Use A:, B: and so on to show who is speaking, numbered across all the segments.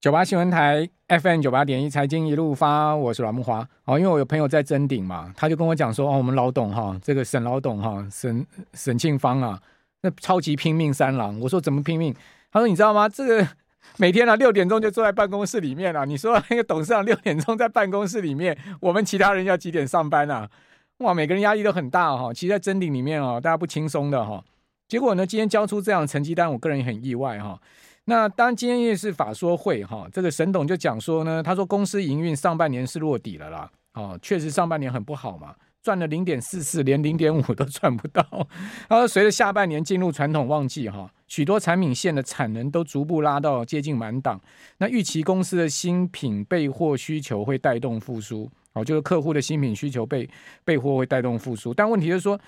A: 九八新闻台 FM 九八点一财经一路发，我是阮木华。哦，因为我有朋友在真鼎嘛，他就跟我讲说，哦，我们老董哈、这个沈老董哈、沈沈庆芳啊，那超级拼命三郎。我说怎么拼命？他说你知道吗？这个 每天啊六点钟就坐在办公室里面啊。你说那个董事长六点钟在办公室里面，我们其他人要几点上班啊？哇，每个人压力都很大哈、其实，在真鼎里面哦，大家不轻松的哈、结果呢，今天交出这样的成绩单，我个人也很意外哈、那当然，今天也是法说会哈，这个沈董就讲说呢，他说公司营运上半年是落底了啦，哦，确实上半年很不好嘛，赚了零点四四，连零点五都赚不到。 他说，随着下半年进入传统旺季哈，许多产品线的产能都逐步拉到接近满档，那预期公司的新品备货需求会带动复苏，哦，就是客户的新品需求备备货会带动复苏，但问题就是说。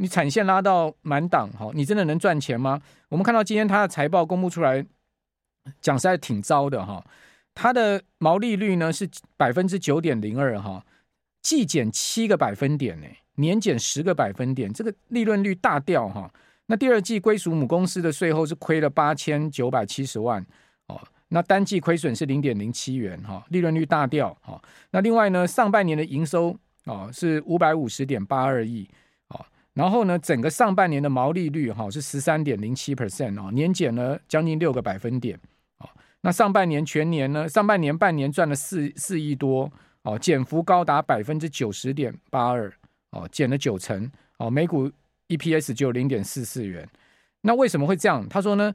A: 你产线拉到满档，哈，你真的能赚钱吗？我们看到今天他的财报公布出来，讲实在挺糟的哈。它的毛利率呢是百分之九点零二哈，季减七个百分点呢，年减十个百分点，这个利润率大掉哈。那第二季归属母公司的税后是亏了八千九百七十万哦，那单季亏损是零点零七元哈，利润率大掉哈。那另外呢，上半年的营收哦是五百五十点八二亿，哦然后呢，整个上半年的毛利率哈、是十三点零七 percent 哦，年减了将近六个百分点哦。那上半年全年呢，上半年半年赚了四四亿多哦，减幅高达百分之九十点八二哦，减了九成哦，每股 EPS 只有零点四四元。那为什么会这样？他说呢，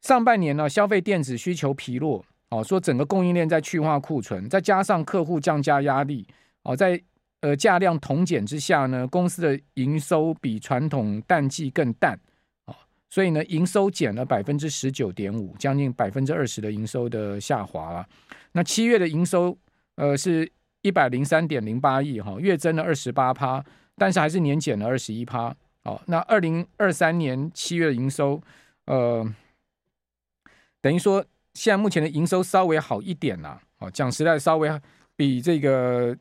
A: 上半年呢，消费电子需求疲弱哦，说整个供应链在去化库存，再加上客户降价压力哦，在呃价量同减之下呢，公司的营收比传统淡季更淡哦，所以呢，营收减了百分之十九点五，将近百分之二十的营收的下滑了。那七月的营收呃是一百零三点零八亿哈、月增了二十八趴，但是还是年减了二十一趴哦。那二零二三年七月的营收呃等于说现在目前的营收稍微好一点啦、哦，讲实在稍微比这个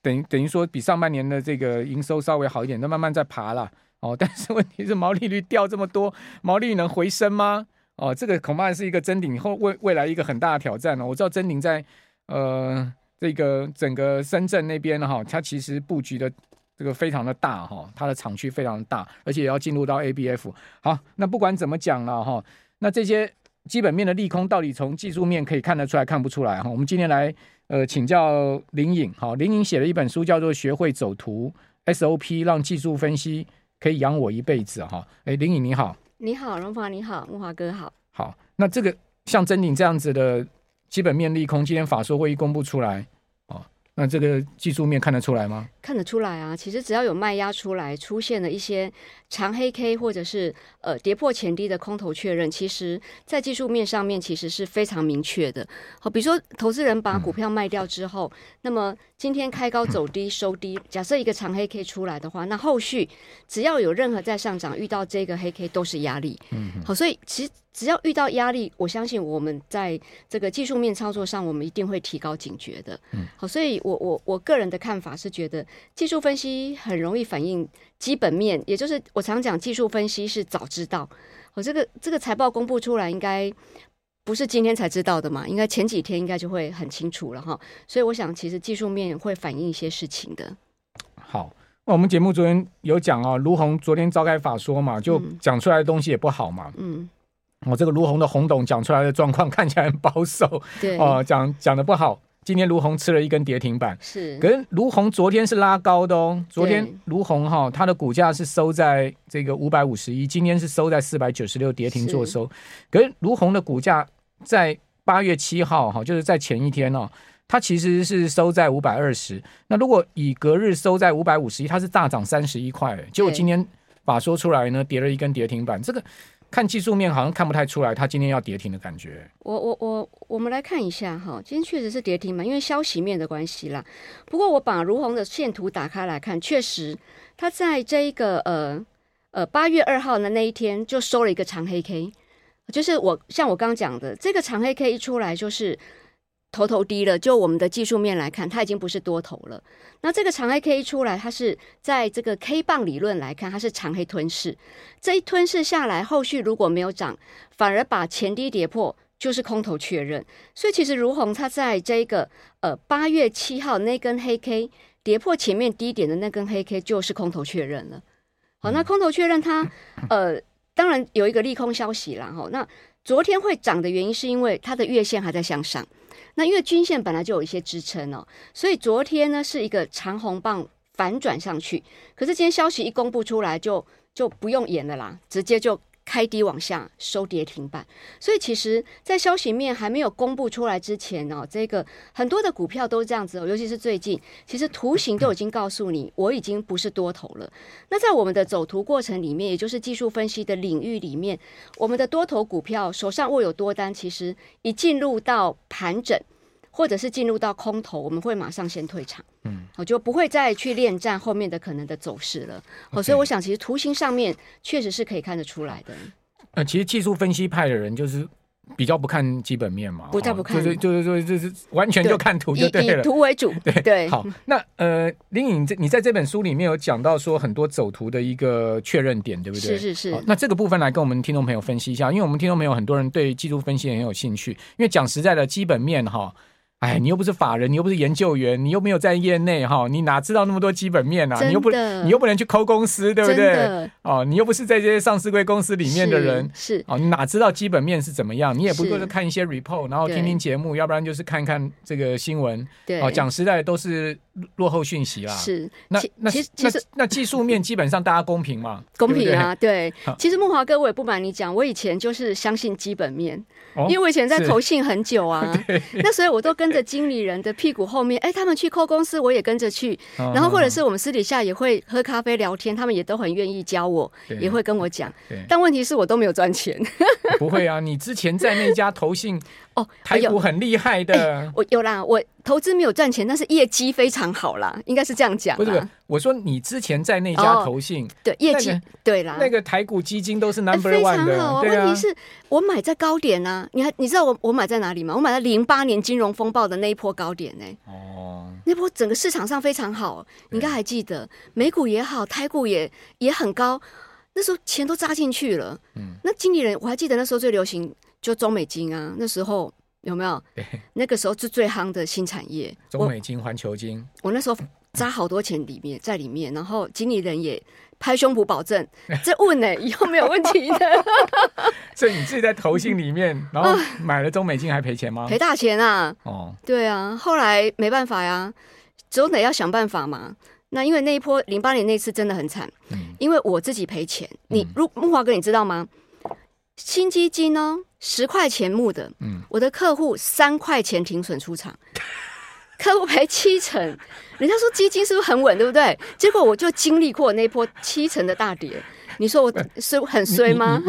A: 等于等于说比上半年的这个营收稍微好一点，那慢慢在爬啦。哦， 但是问题是毛利率掉这么多，毛利率能回升吗？哦，这个恐怕是一个真鼎后未未来一个很大的挑战哦。我知道真鼎在呃这个整个深圳那边哈、它其实布局的这个非常的大哈、它的厂区非常大，而且也要进入到 ABF。好，那不管怎么讲了哈、那这些基本面的利空到底从技术面可以看得出来看不出来哈、我们今天来呃，请教林颖。好，林颖写了一本书，叫做《学会走图 SOP》，让技术分析可以养我一辈子。哈，哎，林颖你好，
B: 你好，荣华，你好，木华哥好。
A: 好，那这个像真鼎这样子的基本面利空，今天法说会议公布出来，哦，那这个技术面看得出来吗？
B: 看得出来啊，其实只要有卖压出来，出现了一些长黑 K 或者是呃跌破前低的空头确认，其实在技术面上面其实是非常明确的。好，比如说投资人
A: 嗯
B: 把股票卖掉之后，那么今天开高走低收低，假设一个长黑 K 出来的话，那后续只要有任何在上涨遇到这个黑 K 都是压力。
A: 嗯，
B: 好，所以其实只要遇到压力，我相信我们在这个技术面操作上，我们一定会提高警觉的。
A: 嗯，
B: 好，所以我我我个人的看法是觉得技术分析很容易反映基本面，也就是我常讲技术分析是早知道。好，这个这个财报公布出来，应该不是今天才知道的嘛，应该前几天应该就会很清楚了哈。所以我想，其实技术面会反映一些事情的。
A: 好。那我们节目昨天有讲啊，卢红昨天召开法说嘛，就
B: 嗯
A: 讲出来的东西也不好嘛。
B: 嗯，
A: 我、这个卢红的红董讲出来的状况 看起来很保守
B: 对，
A: 哦，讲讲的不好。今天卢红吃了一根跌停板，
B: 是
A: 可是卢红昨天是拉高的哦，昨天
B: 对
A: 卢红哈、它的股价是收在这个五百五十一，今天是收在四百九十六，跌停做收。可是卢红的股价在八月七号哈、就是在前一天哦，它其实是收在五百二十。那如果以隔日收在五百五十一，它是大涨三十一块，欸结果今天法说出来呢，跌了一根跌停板，这个。看技术面好像看不太出来，它今天要跌停的感觉。
B: 我我我我们来看一下哈，今天确实是跌停嘛，因为消息面的关系啦。不过我把如虹的线图打开来看，确实它在这一个呃呃八月二号的那一天就收了一个长黑 K，就是我像我刚讲的，这个长黑 K 一出来就是头头低了。就我们的技术面来看，它已经不是多头了。那这个长黑 K 一出来，它是在这个 K 棒理论来看，它是长黑吞噬。这一吞噬下来，后续如果没有涨，反而把前低跌破。就是空头确认。所以其实如虹它在这个呃八月七号那根黑 K 跌破前面低点的那根黑 K 就是空头确认了。好，那空头确认它呃当然有一个利空消息啦哈。那昨天会涨的原因是因为它的月线还在向上，那因为均线本来就有一些支撑哦，所以昨天呢是一个长红棒反转上去。可是今天消息一公布出来就，就不用演了啦，直接就开低往下收跌停板。所以其实，在消息面还没有公布出来之前哦，这个很多的股票都这样子哦，尤其是最近，其实图形都已经告诉你， 我已经不是多头了。那在我们的走图过程里面，也就是技术分析的领域里面，我们的多头股票手上握有多单，其实一进入到盘整。或者是进入到空头，我们会马上先退场，嗯，我就不会再去恋战后面的可能的走势了。哦，所以我想，其实图形上面确实是可以看得出来的。
A: 呃，其实技术分析派的人就是比较不看基本面嘛，哦
B: 不再不看
A: 就是就是说就是完全就看图就
B: 以
A: 对
B: 以
A: 了。
B: 图为主，
A: 对
B: 对，
A: 好，那呃，林颖，这你在这本书里面有讲到说很多走图的一个确认点，对不对？
B: 是是是
A: 好那这个部分来跟我们听众朋友分析一下，因为我们听众朋友很多人对技术分析很有兴趣，因为讲实在的，基本面哈。哎，你又不是法人，你又不是研究员，你又没有在业内哈，你哪知道那么多基本面啊？
B: 真的
A: 你又不，你又不能去抠公司，对不
B: 真
A: 对？
B: 的
A: 哦，你又不是在这些上市贵公司里面的人，
B: 是是
A: 哦，你哪知道基本面是怎么样？你也不
B: 是
A: 过是看一些 report，然后
B: 对
A: 听听节目，要不然就是看看这个新闻。
B: 对，
A: 哦，讲实在的都是落后讯息啦。，
B: 是
A: 啊那
B: 其
A: 那
B: 其实
A: 那
B: 其实
A: 那技术面基本上大家公平嘛，
B: 公平
A: 对
B: 啊，对
A: 好。
B: 其实木华哥，我也不瞒你讲，我以前就是相信基本面，
A: 哦
B: 因为我以前在
A: 是
B: 投信很 久啊，那所以我都跟着经理人的屁股后面，哎，他们去扣公司，我也跟着去，
A: 不对。
B: 然后或者
A: 嗯
B: 是我们私底下也会喝咖啡聊天，他们也都很愿意教我，
A: 对
B: 也会跟我讲。
A: 对
B: 但问题是我都没有赚钱
A: 嗯不会啊，你之前在那家投 信
B: 哦，
A: 台
B: 有
A: 股很厉害的，
B: 我有啦，我投资没有赚钱，但是业绩非常好啦，应该是这样讲
A: 不是不是
B: 啦。，
A: 我说你之前在那家
B: 哎哦
A: 投信，
B: 对，业绩、
A: 那个
B: 对啦。
A: 那个台股基金都是
B: 哎
A: number
B: 非
A: one
B: 常好
A: 的，
B: 啊！
A: 对
B: 问
A: 啊
B: 题。是我买在高点啊，你还你知道我我买在哪里吗？我买在零八年金融风暴的那一波高点呢、
A: 哦，
B: 那波整个市场上非常好，你应该还记得，美股也好，台股也也很高，那时候钱都扎进去了。
A: 嗯，
B: 那经理人我还记得那时候最流行就中美金啊，那时候有没有？
A: 对，
B: 那个时候是最夯的新产业。
A: 中美金、环球金，
B: 我那时候扎好多钱里面在里面，然后经理人也拍胸脯保 证，这问呢、以后没有问题的，
A: 所以你自己在投信里面， 然后买了中美金还赔钱吗？
B: 赔大钱啊！
A: 哦，
B: 对啊，后来没办法呀，总得要想办法嘛。那因为那一波零八年那次真的很惨，
A: 嗯
B: 因为我自己赔钱。你
A: 嗯
B: 如木华哥，你知道吗？新基金哦，十块钱募的，
A: 嗯
B: 我的客户三块钱停损出场， 客户赔七成。人家说基金是不是很稳，对不对？结果我就经历过那波七成的大跌，你说
A: 哎
B: 我是很衰吗？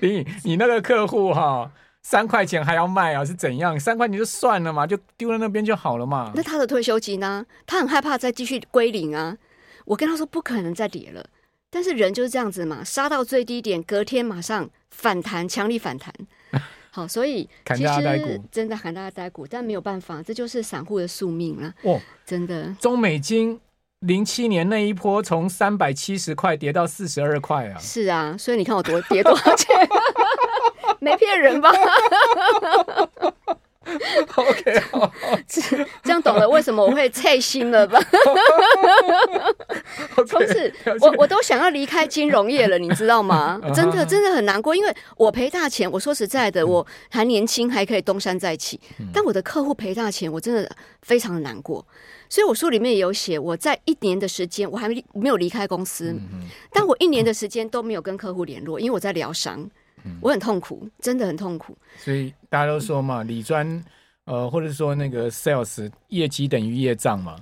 A: 林颖， 你那个客户哈、三块钱还要卖啊？是怎样？三块钱就算了嘛，就丢在那边就好了嘛。
B: 那他的退休金呢、他很害怕再继续归零啊。我跟他说不可能再跌了，但是人就是这样子嘛，杀到最低点，隔天马上反弹，强力反弹。 好，所以
A: 砍
B: 其
A: 大家呆股
B: 实真的喊大家呆股，但没有办法，这就是散户的宿命啦，
A: 哦，
B: 真的
A: 中美金零七年那一波从三百七十块跌到四十二块 啊！
B: 是啊。所以你看我多跌多少钱， 没骗人吧？
A: OK，好
B: 这样懂了为什么我会脆心了吧？从
A: ，OK，
B: 此我我都想要离开金融业 了，你知道吗
A: 啊？嗯
B: 真的真的很难过，因为我赔大钱。我说实在的，我还年轻，还可以东山再起，但我的客户赔大钱，我真的非常难过。所以我书里面也有写，我在一年的时间，我还没离没有离开公
A: 嗯
B: 司，但我一年的时间都没有跟客户联络，因为我在疗伤，
A: 嗯
B: 我很痛苦，真的很痛 苦。
A: 所以大家都说嘛，理专。呃，或者说那个 sales 业绩等于业障嘛，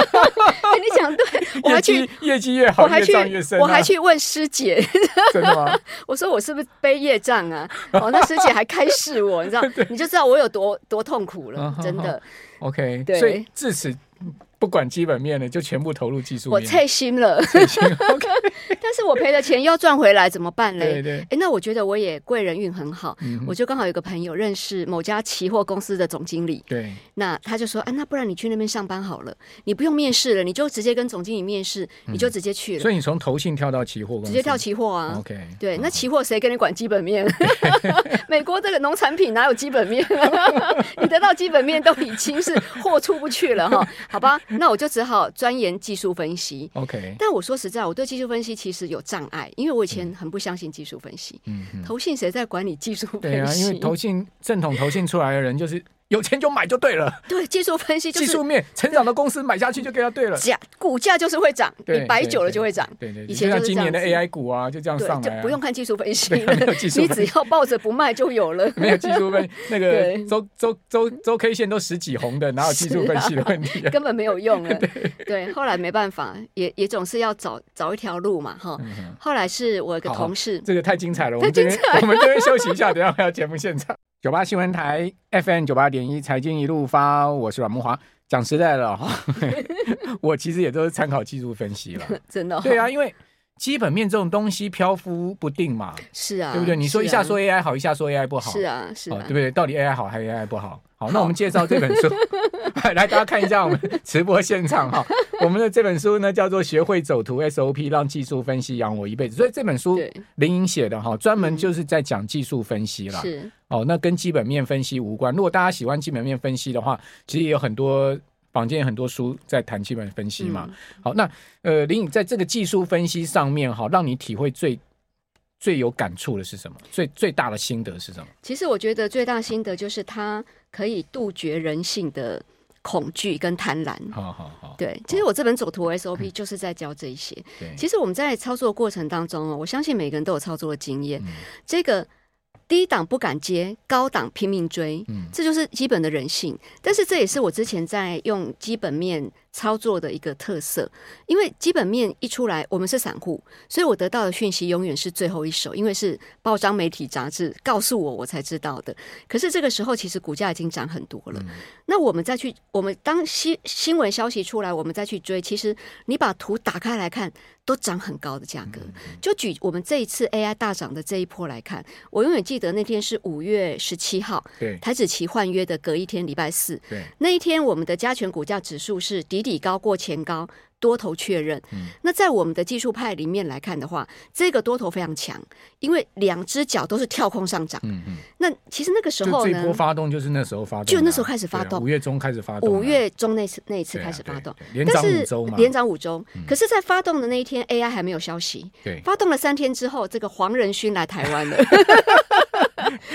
B: 哎你讲对，我
A: 业
B: 还去
A: 绩。业绩越
B: 我
A: 好，
B: 还
A: 业
B: 去
A: 障越深、，啊。
B: 我还去问师姐，
A: 真的 吗？
B: 我说我是不是背业障啊？哦，那师姐还开示 我，你知道，你就知道我有多多痛苦
A: 嗯
B: 了
A: 好，
B: 真的。
A: OK，
B: 对
A: 所以至此不管基本面的，就全部投入技术
B: 我
A: 面。
B: 菜心了，
A: 蔡心 OK，
B: 但是我赔了钱要赚回来怎么办嘞
A: 对？对，
B: 哎，那我觉得我也贵人运很好，
A: 嗯
B: 我就刚好有个朋友认识某家期货公司的总经理，
A: 对，
B: 那他就说啊，那不然你去那边上班好了，你不用面试了，你就直接跟总经理面试，你就直接去了，
A: 嗯所以哦你从投信跳到期货公司，
B: 直接跳期货啊。
A: OK，嗯
B: 对，那期货谁跟你管基本面？美国这个农产品哪有基本面？你得到基本面都已经是货出不去了哈，好吧？那我就只好钻研技术分析。
A: OK，
B: 但我说实在，我对技术分析其实有障碍，因为我以前很不相信技术分析。
A: 嗯嗯，
B: 投信谁在管理技术
A: 对
B: 分
A: 啊，因
B: 析？
A: 为投信正统投信出来的人就是有钱就买就对了，
B: 对技术分 析就
A: 技
B: 是
A: 术面成长的公司买下去就给他对了。
B: 价，股价就是会涨，
A: 对
B: 你摆久了
A: 对
B: 就会涨。
A: 对对，
B: 以前
A: 就像
B: 就是
A: 今
B: 这
A: 年的
B: 样子
A: AI 股啊，就这样
B: 对
A: 上，
B: 就
A: 来、啊，
B: 不用 看技术分析
A: 对啊没有
B: 了，
A: 技术
B: 你
A: 分
B: 只要抱着不卖就有了。
A: 没有技术分那个
B: 对
A: 周周周周 K 线都十几红的，哪有技术分析的问 题啊？
B: 根本没有用了。对，后来没办法，也也总是要找找一条路嘛，哈。
A: 嗯哼
B: 后来是我有一个
A: 好好
B: 同事，
A: 这个太精彩了，我们这边我们这边休息一下，等一 下回到节目现场。九八新闻台 FM 九八点一财经一路发，我是阮木华。讲实在的 哈，我其实也都是参考技术分析 了。
B: 真的、哦，
A: 对，啊，因为基本面这种东西漂浮不定嘛，
B: 是啊，
A: 对不对？你说一下说 AI 好，一下说 AI 不好，
B: 是啊，是
A: 哦
B: 啊，
A: 对不对？到底 AI 好还是 AI 不好？好，那
B: 好
A: 我们介绍这本 书，来大家看一下我们直播现场哈。我们的这本书呢叫做《学会走图 SOP 让技术分析养我一辈子》，所以这本书
B: 对
A: 林颖写的哈，专门就是在讲技术分析啦。
B: 嗯是
A: 哦，那跟基本面分析无关。如果大家喜欢基本面分析的话，其实也有很多坊间有很多书在谈基本分析嘛。
B: 嗯
A: 好，那呃，林颖在这个技术分析上面哈，让你体会最最有感触的是什么？最最大的心得是什么？
B: 其实我觉得最大心得就是它可以杜绝人性的恐惧跟贪婪。
A: 好好好，
B: 嗯对，其实我这本走图 SOP 就是在教这一些。
A: 对，
B: 其实我们在操作过程当中哦，我相信每个人都有操作的经验。
A: 嗯
B: 这个低档不敢接，高档拼命追，
A: 嗯
B: 这就是基本的人性。但是这也是我之前在用基本面操作的一个特色，因为基本面一出来，我们是散户，所以我得到的讯息永远是最后一手，因为是报章、媒体、杂志告诉我，我才知道的。可是这个时候，其实股价已经涨很多
A: 嗯
B: 了。那我们再去，我们当新新闻消息出来，我们再去追，其实你把图打开来看，都涨很高的价
A: 嗯
B: 格。就举我们这一次 AI 大涨的这一波来看，我永远记得那天是五月十七号，
A: 对
B: 台子期换约的隔一天，礼拜四
A: 对，
B: 那一天，我们的加权股价指数是底底高过前高，多头确认。
A: 嗯
B: 那在我们的技术派里面来看的话，这个多头非常强，因为两只脚都是跳空上涨。
A: 嗯嗯，
B: 那其实那个时
A: 就
B: 候
A: 这一波
B: 呢，
A: 发动就是那时候发动的啊，
B: 就那时候开始发动
A: 对啊五月中开始发动啊，
B: 五月中那次那一次
A: 对啊
B: 开始发动，，
A: 对对连
B: 但
A: 涨
B: 是
A: 五周嘛，嗯
B: 连涨五周。可是，在发动的那一天，AI 还没有消息。
A: 对，
B: 发动了三天之后，这个黄仁勋来台湾了，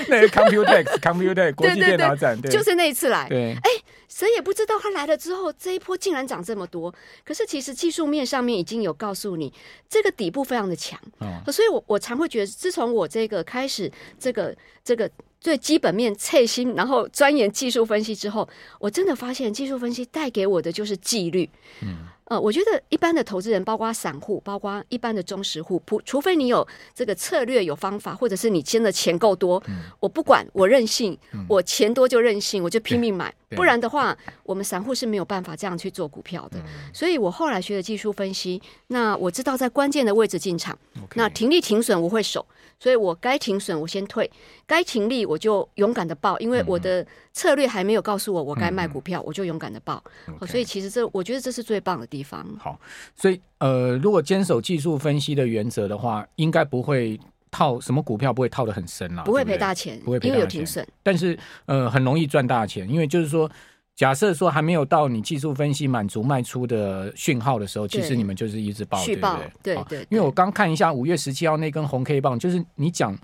A: 那个 Computex Computex 国际
B: 对
A: 电脑展，对，
B: 就是那一次来。哎
A: 对，
B: 谁也不知道他来了之后，这一波竟然涨这么多。可是其实技术面上面已经有告诉你，这个底部非常的强，
A: 哦
B: 所以我我常会觉得，自从我这个开始这个这个最基本面测心，然后钻研技术分析之后，我真的发现技术分析带给我的就是纪律。嗯，呃，我觉得一般的投资人，包括散户，包括一般的中实户，不，除非你有这个策略、有方法，或者是你真的钱够多，我不管，我任性，
A: 嗯
B: 我钱多就任性，我就拼命买。
A: 对
B: 不然的话，我们散户是没有办法这样去做股票
A: 嗯
B: 的。所以我后来学的技术分析，那我知道在关键的位置进场。
A: ，OK，
B: 那停利停损我会守，所以我该停损我先退，该停利我就勇敢的报，因为
A: 嗯
B: 我的策略还没有告诉我我该卖股票，我就勇敢的报。哦
A: OK 哦
B: 所以其实这我觉得这是最棒的地方。
A: 好，所以呃，如果坚守技术分析的原则的话，应该不会套什么股票不会套的很深啦，
B: 不会
A: 对
B: 赔
A: 对
B: 大钱，
A: 不会赔
B: 因为
A: 大
B: 有
A: 钱
B: 停损，
A: 但是呃，很容易赚大钱，因为就是说，假设说还没有到你技术分析满足卖出的讯号的时候，
B: 对
A: 其实你们就是一直报，
B: 续
A: 对不
B: 报
A: 哦对
B: 对
A: 好
B: 对对
A: 因为我刚看一下五月十七号那根红 K 棒，就是你讲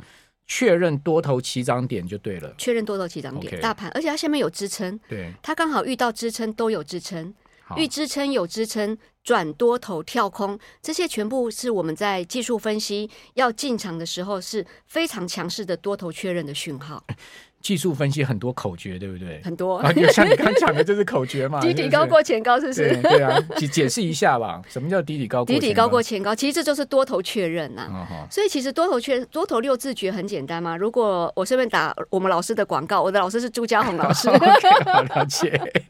A: 确认多头起涨点就对了，
B: 确认多头起涨点
A: OK
B: 大盘，而且它下面有支撑，
A: 对，
B: 它刚好遇到支撑都有支撑，
A: 好，
B: 遇支撑有支撑，转多头跳空，这些全部是我们在 技术分析要进场的时候是非常强势的多头确认的讯号。
A: 技术分析很多口诀，对不对？
B: 很多
A: 啊，就像你刚讲的，就是口诀 嘛。
B: 底
A: 是
B: 底
A: 不
B: 高
A: 是
B: 过前高，是 不是
A: 对？对啊，解解释一下吧，什么叫底底高过？
B: 底底高过。前高，其实这就是多头确认呐、
A: 哦哈，
B: 所以其实多头确多头六字诀很简单嘛。如果我顺便打我们老师的广告，我的老师是朱家红 老
A: 哦
B: 师，
A: 好了解。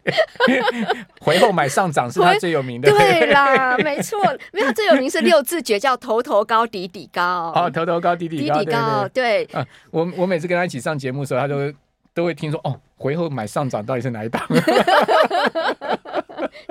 A: 回后买上涨是他最有名的。
B: 对啦，没错，没有最有名是六字诀叫头头高底底高，
A: 哦，头头高，底底
B: 底
A: 高，
B: 底
A: 对对
B: 高，对
A: 啊，我我每次跟他一起上节目的时候，他都会都会听说哦，回后买上涨到底是哪一档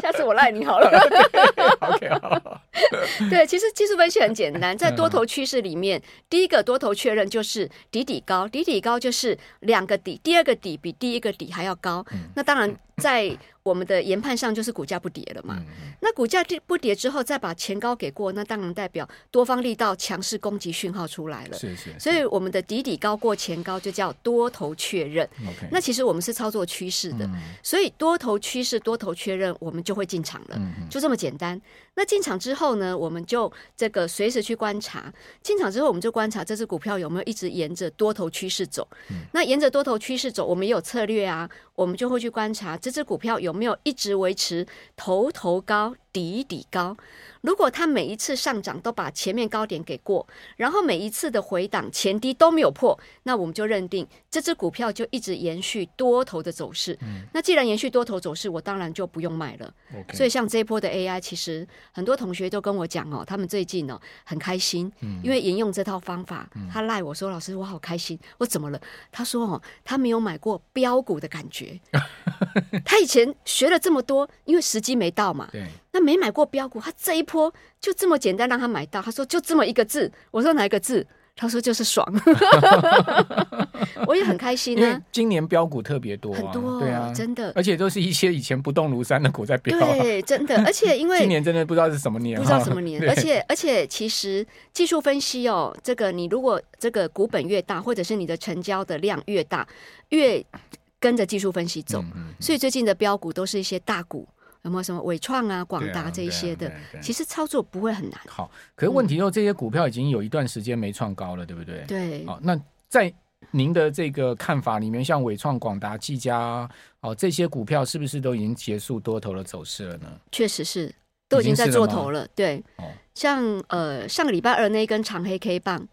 B: 下次我赖你好了。
A: ？OK，好，
B: 对，其实技术分析很简单，在多头趋势里面，第一个多头确认就是底底高，底底高就是两个底，第二个底比第一个底还要高。
A: 嗯
B: 那当然，在我们的研判上就是股价不跌了嘛。
A: 嗯
B: 那股价跌不跌之后，再把前高给过，那当然代表多方力道强势攻击讯号出来了。
A: 嗯是是，
B: 所以我们的底底高过前高就叫多头确认。
A: OK，
B: 那其实我们是操作趋势的，
A: 嗯
B: 所以多头趋势、多头确认，我们就会进场了。
A: 嗯嗯
B: 就这么简单。那进场之后呢，我们就这个随时去观察。进场之后，我们就观察这只股票有没有一直沿着多头趋势走。那沿着多头趋势走，我们也有策略啊，我们就会去观察这只股票有没有一直维持头头高。底底高，如果它每一次上涨都把前面高点给过，然后每一次的回档前低都没有破，那我们就认定这只股票就一直延续多头的走势。那既然延续多头走势，我当然就不用卖了。
A: ，OK，
B: 所以像这一波的 AI，其实很多同学都跟我讲哦，他们最近哦很开心，
A: 嗯
B: 因为沿用这套方法。他赖我说：“老师，我好开心，我怎么了？”他说：“哦，他没有买过标股的感觉。 他以前学了这么多，因为时机没到嘛，
A: 对，
B: 那没买过标股，他这一波就这么简单让他买到。他说就这么一个字，我说哪一个字？他说就 是爽。我也很开心
A: 因为
B: 啊，
A: 今年标股特别多啊，
B: 很多、
A: 对啊，
B: 真的。”
A: 而且都是一些以前不动如山的股在飙啊，
B: 对，真的，而且因为
A: 今年真的不知道是什么年啊，
B: 不知道什么年，
A: 对
B: 而且而且其实技术分析哦，这个你如果这个股本越大，或者是你的成交的量越大，越跟着技术分析走。
A: 嗯嗯
B: 所以最近的标股都是一些大股，有没有什么伟创啊、广
A: 对啊
B: 达这一
A: 对啊
B: 些
A: 对
B: 的？
A: 啊对啊
B: 其实操作不会很难。
A: 好，可是问题就是这些股票已经有一段时间没创高了，对不对？
B: 嗯对，
A: 好、那在您的这个看法里面，像伟创、广达、技嘉哦这些股票，是不是都已经结束多头的走势了呢？
B: 确实是都
A: 已
B: 已
A: 经
B: 经在
A: 是了
B: 做
A: 吗
B: 头了。对，
A: 哦
B: 像呃上个礼拜二那一根长黑 K 棒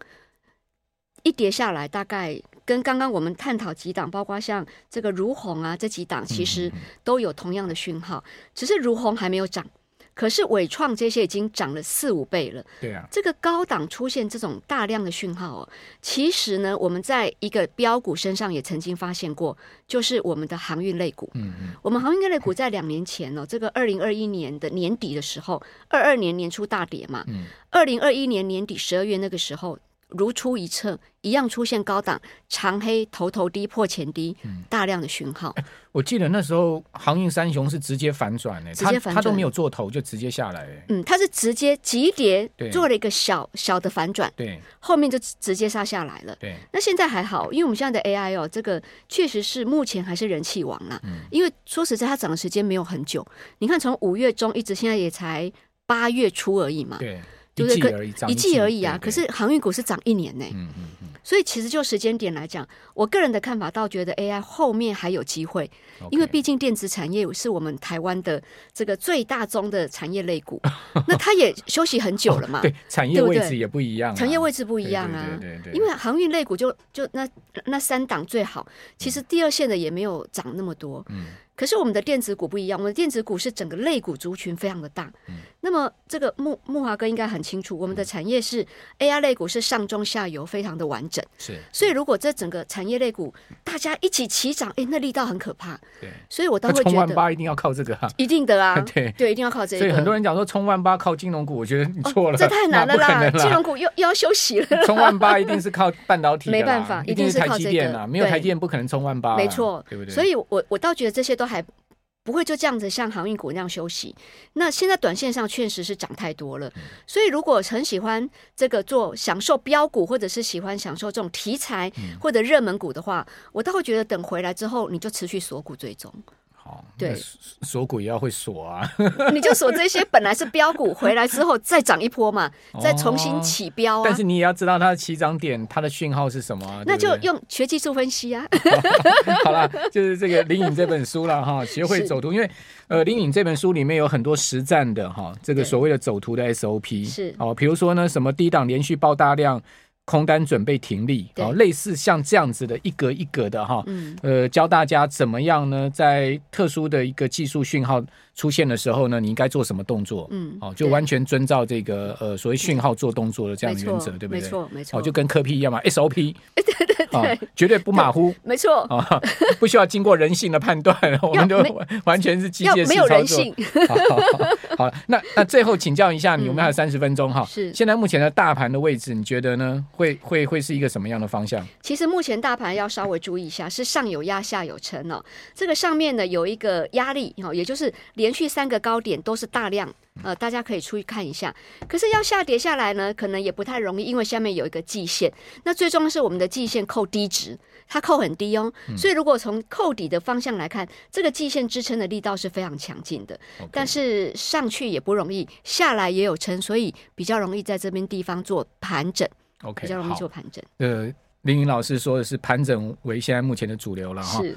B: 一跌下来，大概跟刚刚我们探讨几档，包括像这个如虹啊这几档，其实都有同样的讯号，只是如虹还没有涨。可是伟创这些已经涨了四五倍了，
A: 对啊，
B: 这个高档出现这种大量的讯号哦，其实呢，我们在一个标股身上也曾经发现过，就是我们的航运类股。
A: 嗯嗯，
B: 我们航运类股在两年前哦，这个二零二一年的年底的时候，二二年年初大跌嘛
A: 嗯，
B: 二零二一年年底十二月那个时候，如出一辙，一样出现高档长黑头头低破前低，
A: 嗯
B: 大量的讯号，
A: 我记得那时候航运三雄是直接反转诶、
B: 直接
A: 他
B: 反
A: 他都
B: 转
A: 没有做头就直接下来、欸，
B: 嗯，它是直接急跌
A: 对
B: 做了一个小小的反转，
A: 对
B: 后面就直接杀下来了。
A: 对，
B: 那现在还好，因为我们现在的 AI 哦，这个确实是目前还是人气王啦。
A: 嗯
B: 因为说实在，它涨的时间没有很久，你看从五月中一直现在也才八月初而已嘛。
A: 对，
B: 对
A: 一
B: 不对
A: 季
B: 可
A: 而已，涨
B: 一季而已啊，
A: 对
B: 可
A: 对
B: 是航运股是涨一年呢、
A: 嗯嗯嗯
B: 所以其实就时间点来讲，我个人的看法倒觉得 AI 后面还有机会，
A: ，OK，
B: 因为毕竟电子产业是我们台湾的这个最大宗的产业 类股，那它也休息很久了嘛，
A: 对产业
B: 对不
A: 位
B: 对
A: 置也不一样啊、
B: 产业位
A: 置
B: 置不
A: 不
B: 一样啊，
A: 对对对对
B: 因为航运类股就就那那三档最好，其实第二线的也没有涨那么多。
A: 嗯
B: 可是我们的电子股不一样，我们的电子股是整个类股族群非常的大。
A: 嗯
B: 那么这个木木华哥应该很清楚，我们的产业是 AI 类股是上中下游非常的完整，
A: 是
B: 所以如果这整个产业类股大家一起齐涨，诶，那力道很可怕。
A: 对，
B: 所以我
A: 那
B: 倒会
A: 冲
B: 觉
A: 万
B: 得
A: 八一定要靠这个啊，，
B: 一定的啊
A: 对。
B: 对，一定要靠这一
A: 所以
B: 个。
A: 很多人讲说冲万八靠金融股，我觉得你错了，
B: 这太难
A: 那
B: 了
A: 不可
B: 啦，
A: 能
B: 金融股又又要休息了。
A: 冲万八一定是靠半导体的啦，
B: 没办法
A: 一定
B: 一定是
A: 台
B: 靠
A: 积
B: 这
A: 电
B: 个
A: 啊，没有
B: 对
A: 台积电不可能冲万八啦，啊
B: 没错，
A: 对不对？
B: 所以我我倒觉得这些都还不会就这样子像航运股那样休息。那现在短线上确实是涨太多
A: 嗯
B: 了，所以如果很喜欢这个做享受标股，或者是喜欢享受这种
A: 嗯
B: 题材或者热门股的话，我倒会觉得等回来之后你就持续锁股追踪。
A: 哦，
B: 对
A: 那锁锁股也要会锁啊，
B: 你就锁这些本来是标股，回来之后再涨一 波嘛，再重新
A: 哦
B: 起标啊
A: 但。是你也要知道它的起涨点，它的讯号是什么啊、
B: 那
A: 对
B: 就
A: 不对
B: 用学技术分析啊，
A: 好啦，就是这个林颖这本书了哈，学会
B: 是
A: 走图，因为呃，林颖这本书里面有很多实战的哈，这个
B: 对
A: 所谓的走图的 SOP
B: 是
A: 哦，比如说呢，什么低档连续爆大量，空单准备停利，
B: 对
A: 哦，类似像这样子的一格一格的哈，
B: 嗯，
A: 呃，教大家怎么样呢，在特殊的一个技术讯号出现的时候呢，你应该做什么动作，
B: 嗯
A: 哦，就
B: 对
A: 完全遵照这个呃所谓讯号做动作的这样
B: 没
A: 的
B: 错
A: 原则，，对不对？
B: 没错，没错，
A: 哦，就跟科 P 一样嘛，SOP，对 对对、绝对不马虎。
B: 没错，
A: 啊、 不需要经过人性的判 断，我们就
B: 没
A: 完全是机
B: 要
A: 械式操作。
B: 没有人性
A: 好。好好那那最后请教一下 你，
B: 嗯
A: 我们还有三十分钟哈。
B: 是
A: 现在目前的大盘的位置，你觉得呢？会会会是一个什么样的方向？
B: 其实目前大盘要稍微注意一下，是上有压，下有撑哦。这个上面呢有一个压力哦，也就是连续三个高点都是大量，呃，大家可以出去看一下。可是要下跌下来呢，可能也不太容易，因为下面有一个季线。那最重要是我们的季线扣低值，它扣很低哦，
A: 嗯
B: 所以如果从扣底的方向来看，这个季线支撑的力道是非常强劲的。但是上去也不容易，下来也有撑，所以比较容易在这边地方做盘整，比
A: OK，
B: 较容易
A: 好
B: 做。盘整。
A: 呃，林颖老师说的是盘整为现在目前的主流了哈。
B: 是